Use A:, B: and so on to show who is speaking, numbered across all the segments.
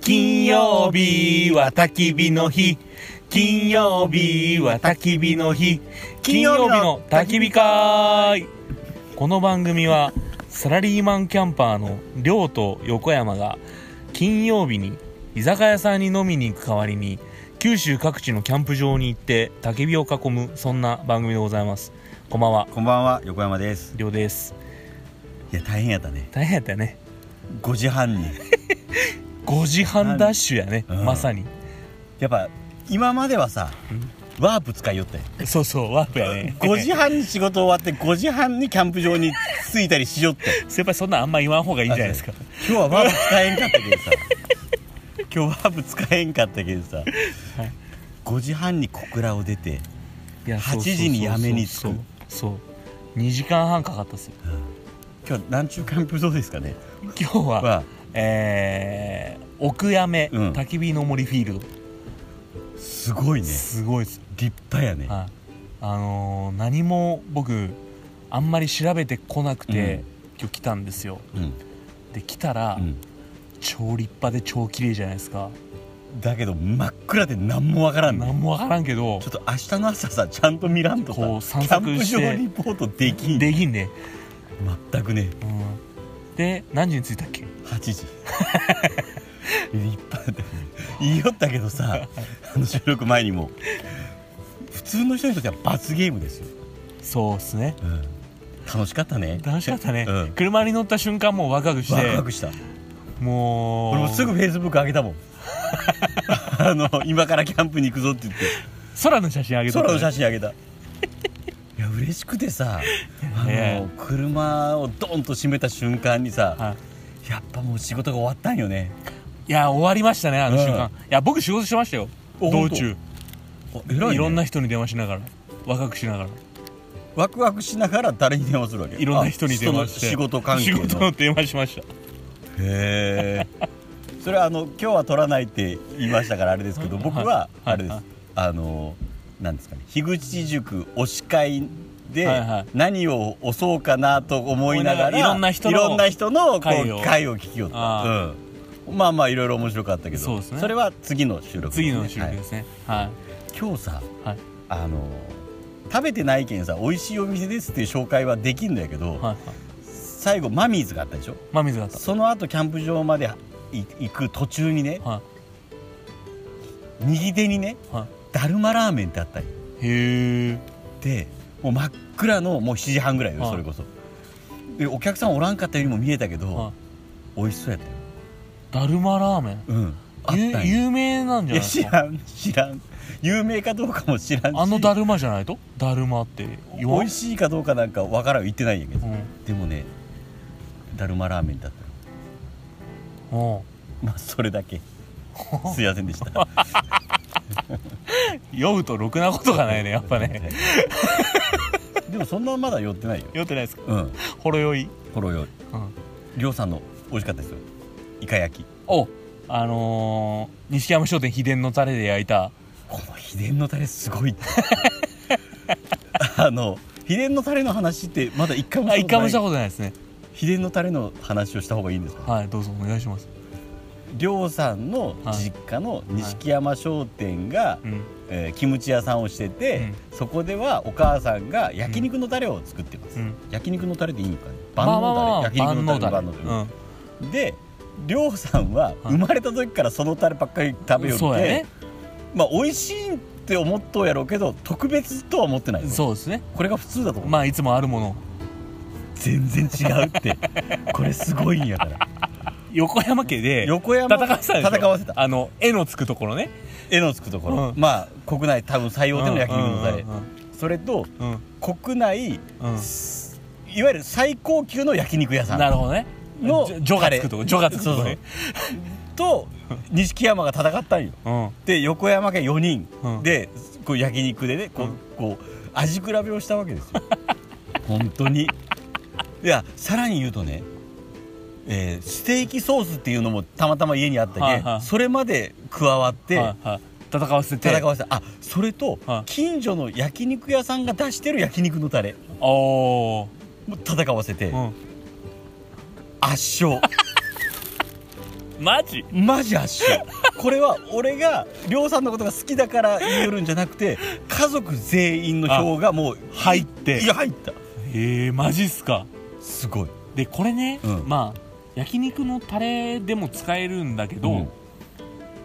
A: 金曜日は焚き火の日金曜日は焚き火の日金曜日の焚き火会この番組はサラリーマンキャンパーの亮と横山が金曜日に居酒屋さんに飲みに行く代わりに九州各地のキャンプ場に行って焚き火を囲むそんな番組でございますこんばんは
B: こんばんは横山です
A: 亮です
B: いや大変やったね
A: 大変やったよね
B: 5時半に
A: 5時半ダッシュやね、
B: うん
A: まさに
B: やっぱ今まではさワープ使いよって
A: そうそうワープやね
B: 5時半に仕事終わって5時半にキャンプ場に着いたりしよって
A: 先輩そんなんあんま言わん方がいいんじゃないですか
B: 今日はワープ使えんかったけどさ今日ワープ使えんかったけどさ、5時半に小倉を出て
A: いやそうそうそう
B: 8時にやめに着く
A: そうそう2時間半かかったっすよ
B: 今日何中キャンプ場ですかね
A: 今日は、
B: は
A: えー、奥やめ、
B: うん
A: 焚き火の森フィールド、
B: すごいね
A: すごいっす
B: 立派やね
A: はいあのー何も僕あんまり調べてこなくて、
B: うん
A: 今日来たんですよ
B: うん、
A: で来たら、
B: うん、
A: 超立派で超綺麗じゃないですか、
B: だけど真っ暗で何もわからんね
A: 何もわからんけど
B: ちょっと明日の朝さちゃんと見らんとさ
A: こう散
B: キャ
A: 策
B: ンプ
A: して
B: 場リポートできん
A: できんね、
B: 全くね
A: うん、で何時に着いたっけ
B: 8時立派だ言いよったけどさあの収録前にも普通の人にとっては罰ゲームですよ、
A: そうっすね
B: うん、楽しかったね
A: 楽しかったね、
B: うん
A: 車に乗った瞬間もうワクワクして
B: ワクワクした
A: もう
B: 俺もすぐフェイスブック上げたもん あの今からキャンプに行くぞって言って
A: 空の写真あげとった
B: 空
A: ね
B: の写真あげた いや嬉しく てさあの
A: ね
B: 車をドンと閉めた瞬間にさ、
A: はい
B: やっぱもう仕事が終わったんよね
A: いや終わりましたねあの瞬間、
B: うん
A: いや僕仕事してましたよ
B: お
A: 道中
B: え
A: い,、
B: らい,、ね、
A: ろんな人に電話しながら若くしながら
B: ワクワクしながら誰に電話するわけ
A: いろんな人に電話して
B: あ人の仕事関係の
A: 仕事の電話しました
B: へえそれはあの今日は取らないって言いましたからあれですけど僕は
A: はい
B: あれです、
A: はい
B: あのなんですかね樋口塾推し会
A: はい
B: で
A: はい
B: 何を推そうかなと思いながら
A: いろんな人の
B: いろんな人のこう
A: 会を
B: 会を聞きよった
A: あ、
B: うん、まあまあいろいろ面白かったけど
A: そうですね
B: れは次の収録ですね、
A: 次の収録
B: は
A: で
B: い
A: すねはい
B: 今日さ
A: はい
B: あの食べてないけんさ美味しいお店ですっていう紹介はできんだけど、
A: はいはい
B: 最後マミーズがあったでしょ
A: まあ水があった
B: その後キャンプ場までい行く途中にね
A: は
B: 右手にね
A: いは
B: だるまラーメンってあったり
A: いへえ
B: でもう真っ暗のもう7時半ぐらいよ
A: はい
B: それこそでお客さんおらんかったよりも見えたけど美味しそうやったよ
A: だるまラーメン
B: うんあったん
A: ゆ
B: や
A: 有名なんじ
B: い
A: ゃない
B: や
A: です
B: 知
A: から
B: ん知らん有名かどうかも知らんし
A: あのだるまじゃないとだるまって
B: 美
A: わん
B: 味しいかどうかなんかわからん言ってないんやけど
A: うん
B: でもねだるまラーメンだったよ
A: うん
B: まあそれだ けすいませんでした
A: 酔うとろくなことがないねやっぱね
B: でもそんなまだ寄ってないよ
A: 酔ってないですか
B: うん
A: ほろ酔い、
B: ほろより
A: うん、
B: りょうさんの美味しかったですよイカ焼き
A: をあのー、西山商店秘伝のタレで焼いた
B: この秘伝のタレすごいって あの秘伝のタレの話ってまだ一回も
A: あ
B: した
A: 一
B: こと
A: 回
B: な
A: も
B: い
A: したことないですね
B: 秘伝のタレの話をした方がいいんですか
A: はいどうぞお願いします
B: りょうさんの実家の錦山商店が、
A: うん
B: えーキムチ屋さんをしてて、そこではお母さんが焼肉のタレを作ってます、
A: うん
B: 焼肉のタレでいいのかね
A: ま
B: 万
A: あまあま
B: 能
A: あ
B: タレ焼肉のタレ
A: 万
B: 万
A: 能
B: 能
A: だ
B: タ
A: れ
B: レ、でりょうさんは生まれた時からそのタレばっかり食べ
A: う
B: よ
A: ん
B: っ
A: そうや
B: て
A: ね、
B: まあ美味しいって思っとうやろうけど特別とは思ってないよ
A: そうですね
B: これが普通だと思う、
A: まあいつもあるもの
B: 全然違うって これすごいんやから
A: 横山家で
B: 横山
A: 戦わせたでしょ
B: 戦わせた
A: あの絵のつくところね
B: 絵のつくところ、
A: うん
B: まあ国内多分採用での焼肉のタレ、
A: うんうん
B: それと
A: うんうん
B: 国内
A: うんうん
B: いわゆる最高級の焼肉屋さん
A: なるほどね
B: の
A: じょ女がつくとこ女がつくとこね
B: と錦山が戦ったんよ
A: うん
B: で横山家4人
A: うん
B: で、こう焼肉でねこう,、
A: うん
B: こう味比べをしたわけですよ 本当にいやさらに言うとね、えーステーキソースっていうのもたまたま家にあったけ、
A: はいはい
B: それまで加わって、
A: はいはい戦わせて
B: 戦わせたあそれと、
A: はい
B: 近所の焼肉屋さんが出してる焼肉のタレ
A: おー
B: も戦わせて、
A: うん
B: 圧勝
A: マジ
B: マジ圧勝これは俺が亮さんのことが好きだから言えるんじゃなく て家族全員の票がもう
A: 入って
B: いや入った
A: ええマジっすか
B: すごい
A: でこれね、
B: うん
A: まあ焼肉のタレでも使えるんだけど、
B: うん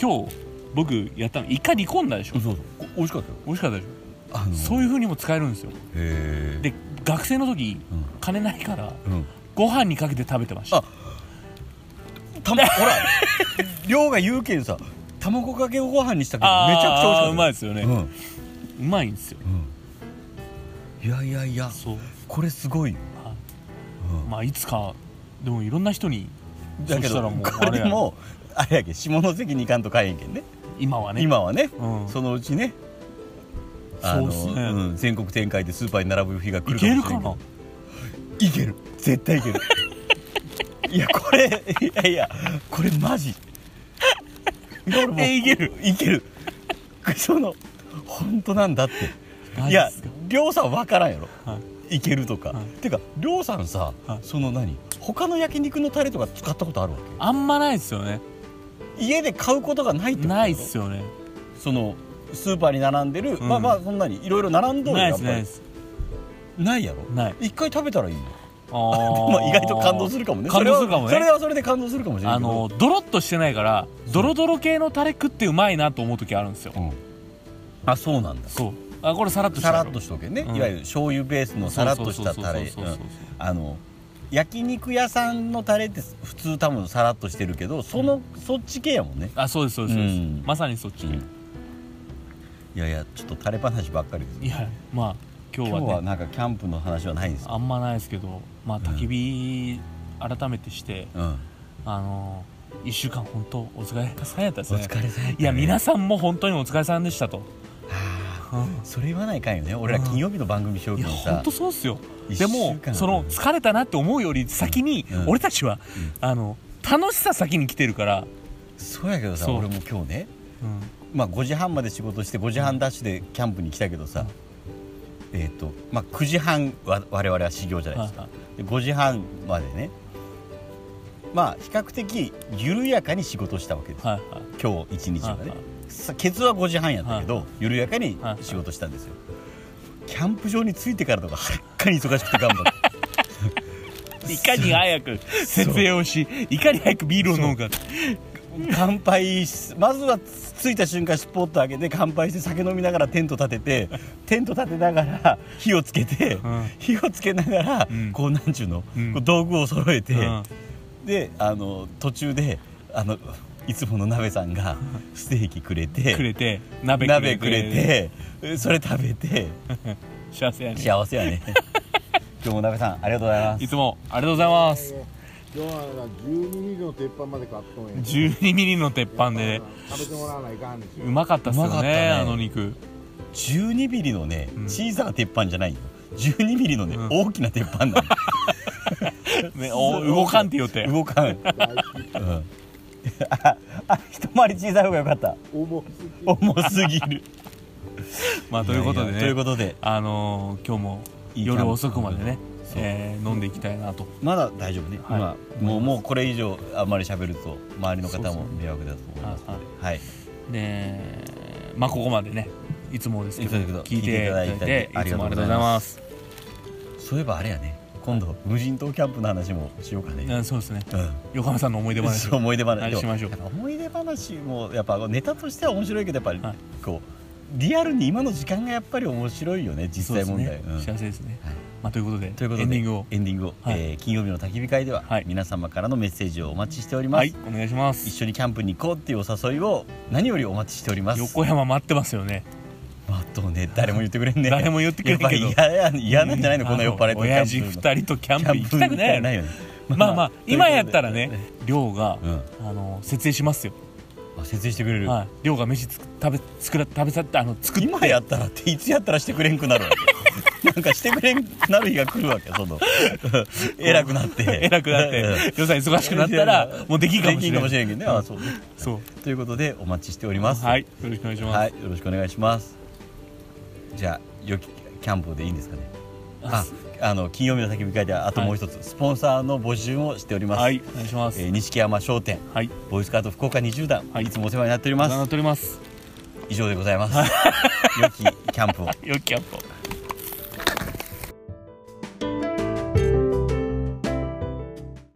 A: 今日僕やったの一回煮込んだでしょ、
B: そうそうこ美味しかったよ
A: 美味しかったでしょ、
B: あの
A: そういう風にも使えるんですよ
B: へえ
A: で学生の時
B: うん
A: 金ないから
B: うん
A: ご飯にかけて食べてました
B: あたまほら 亮が言うけんさ卵かけをご飯にしたけどめちゃくちゃ美味しかった
A: あーうまいですよね、
B: うん
A: うまいんですよ
B: うんいやいやいや
A: そう、
B: これすごいよ
A: はい
B: うん
A: まあいつかでもいろんな人に
B: だけ
A: そしたら
B: ど
A: もう
B: こ
A: あれ
B: れ
A: や
B: もあれやけ下関に行かんと買えんけんね
A: 今はね
B: 今はね、
A: うん
B: そのうちねあの
A: そうっすね
B: ん全国展開でスーパーに並ぶ日が来
A: いけ
B: るか
A: る
B: もしれ
A: か
B: ん
A: な
B: けどいける絶対 いけるいやこれいやいやこれマジ俺もう
A: えいける
B: いけるその本当なんだって
A: マ
B: い
A: ジっ
B: や
A: すか
B: 亮さん分からんやろ
A: はい
B: いけるとか、
A: はい
B: てか亮さんさ、
A: はい
B: その何他の焼肉のタレとか使ったことあるわ
A: あんまないっすよね
B: け家で買うことがないってことだろ
A: ないっすよね
B: そのスーパーに並んでる、
A: うん
B: まあまあそんなにいろいろ並んどる
A: ない
B: や
A: っ
B: っ
A: す
B: ぱ
A: ない
B: り
A: っす
B: ないやろ
A: ない
B: 一回食べたらいいよ
A: あ
B: まあ
A: ー
B: 意外と感動するかもね
A: 感動するかもね
B: それはそれはそれで感動するかもしれない
A: あ
B: けど
A: のドロッとしてないから
B: う
A: ドロドロ系のタレ食ってうまいなと思う時あるんですよ
B: うんあそうなんだ
A: そうあこれサラッとした
B: さ
A: や
B: ら
A: ろ
B: っとしとけね、
A: うん
B: いわゆる醤油ベースのさらっとしたタレ
A: そうそうそうそうそうそう
B: うんあの焼肉屋さんのタレって普通多分さらっとしてるけどその、そっち系やもんね
A: あそうですそうですそうです
B: うん
A: まさにそっち
B: うんいやいやちょっとタレ話ばっかりです
A: いやまあ今日は
B: 今日
A: ね
B: はなんかキャンプの話はないんですか
A: あんまないですけどまあ焚き火改めてして、
B: うん
A: あのー、1週間本当お疲れさんやったです
B: お
A: ね
B: 疲れさんったね
A: いや皆さんも本当にお疲れさんでしたと、うん
B: それ言わないかんよね俺ら
A: うん
B: 金曜日の番組表
A: いや
B: 記に
A: 本
B: さ
A: 当そうっすよ
B: 一
A: で
B: 週
A: も
B: 間
A: その疲れたなって思うより先に、
B: うん
A: 俺たちは、
B: うん
A: あの楽しさ先に来てるから、
B: そうやけどさ
A: そう
B: 俺も今日ね
A: うん
B: まあ5時半まで仕事して5時半ダッシュでキャンプに来たけどさえっとまあ9時半わ我々は始業じゃないですかで5時半までねまあ比較的緩やかに仕事したわけです
A: はい
B: 今日一日
A: は
B: は
A: い
B: ね
A: はい
B: さケツは5時半やったけど緩やかに仕事したんですよキャンプ場に着いてからとかはるかに忙しくて頑張って
A: はい、いかに早く設営をしいかに早くビールを飲むか
B: 乾杯しまずは着いた瞬間スポット開けて乾杯して酒飲みながらテント立 ててテント立てながら火をつけて、
A: ん
B: 火をつけながら、
A: うん
B: こうなんちゅうの、
A: うん
B: こう道具を揃えて、
A: うん
B: であの途中であのいつもの鍋さんがステーキくれて
A: くれて鍋くれ
B: 鍋
A: て
B: くれてそれ食べて
A: 幸せやね
B: 幸せや ね今日も鍋さんありがとうございます
A: いつもありがとうございます
C: 今日はなんか12ミリの鉄板まで買っとんや
A: 12ミリの鉄板で
C: 食べてもらわないかんですよ
A: うまかったっすよ
B: う
A: ね
B: まかったね
A: あの肉
B: 12ミリのね、
A: うん
B: 小さな鉄板じゃないよ12ミリのね、
A: うん
B: 大きな鉄板なの
A: ねお動かんって言って
B: 動かん、うん、
C: 大好
B: あ あ一回り小さい方が良かった
C: き重すぎ
B: 重すぎ る
A: まあということで
B: や
A: ね
B: やということで
A: あのー今日も
B: いいキャンプ
A: 夜遅くまでね
B: そう
A: えー飲んでいきたいなと
B: まだ大丈夫ね、
A: はい
B: 今もうもうこれ以上あんまり喋ると周りの
A: そう
B: 方
A: そ
B: も
A: う
B: 迷惑だと思いますのではい
A: でまあここまでねいつもですけど
B: いつもですけ
A: 聞
B: ど
A: いていただい
B: 聞いて
A: て
B: いただいて
A: いつもありがとうございます
B: そういえばあれやね今度無人島キャンプの話もしようかね
A: うんそうですね
B: うん
A: 横浜さんの思い出話
B: そう思い出話
A: あれしましょう
B: でもやっぱ思い出話もやっぱネタとしては面白いけどやっぱり
A: はい
B: こうリアルに今の時間がやっぱり面白いよね実際
A: そう
B: 問
A: です
B: 題
A: ね
B: うん
A: 幸せですね
B: はい
A: まあということでエン
B: と
A: デ
B: いうことで
A: ィングを
B: エンディングを、
A: はい
B: えー金曜日の焚き火会では、
A: はい
B: 皆様からのメッセージをお待ちしております、
A: はいお願いします
B: 一緒にキャンプに行こうっていうお誘いを何よりお待ちしております
A: 横山待ってますよね
B: まあどうね誰も言ってくれんね
A: 誰も言ってくれんけど
B: やっぱ嫌や嫌なんじゃないのこんな酔っ払いと
A: あの親父二人とキャンプ行きたくないやろ
B: よね
A: まあまあ今やったらね亮が
B: うん
A: あの設営しますよ
B: あ設営してくれる、
A: はい亮が飯つく食べ作ら食べさってあの作って
B: 今やったらっていつやったらしてくれんくなるわけ なんかしてくれんくなる日が来るわけ その偉くなって
A: 偉くなっ
B: うん
A: て予算忙しくなったらもうできんかもしれ
B: できん
A: ない
B: けどねあそうね
A: そう
B: ということでお待ちしております
A: はいよろしくお願いしま
B: はい
A: す
B: よろしくお願いしますじゃあ良きキャンプでいいんですかねああの金曜日の焚き火会ではあともう一つ、スポンサーの募集をしております、
A: はいお願いします
B: えー錦山商店
A: はい
B: ボーイスカート福岡20段、
A: はい
B: い、つもお世話になっており
A: お
B: ま
A: 世話になっ
B: す
A: ております
B: 以上でございます良きキャンプを
A: よっきゃんぽ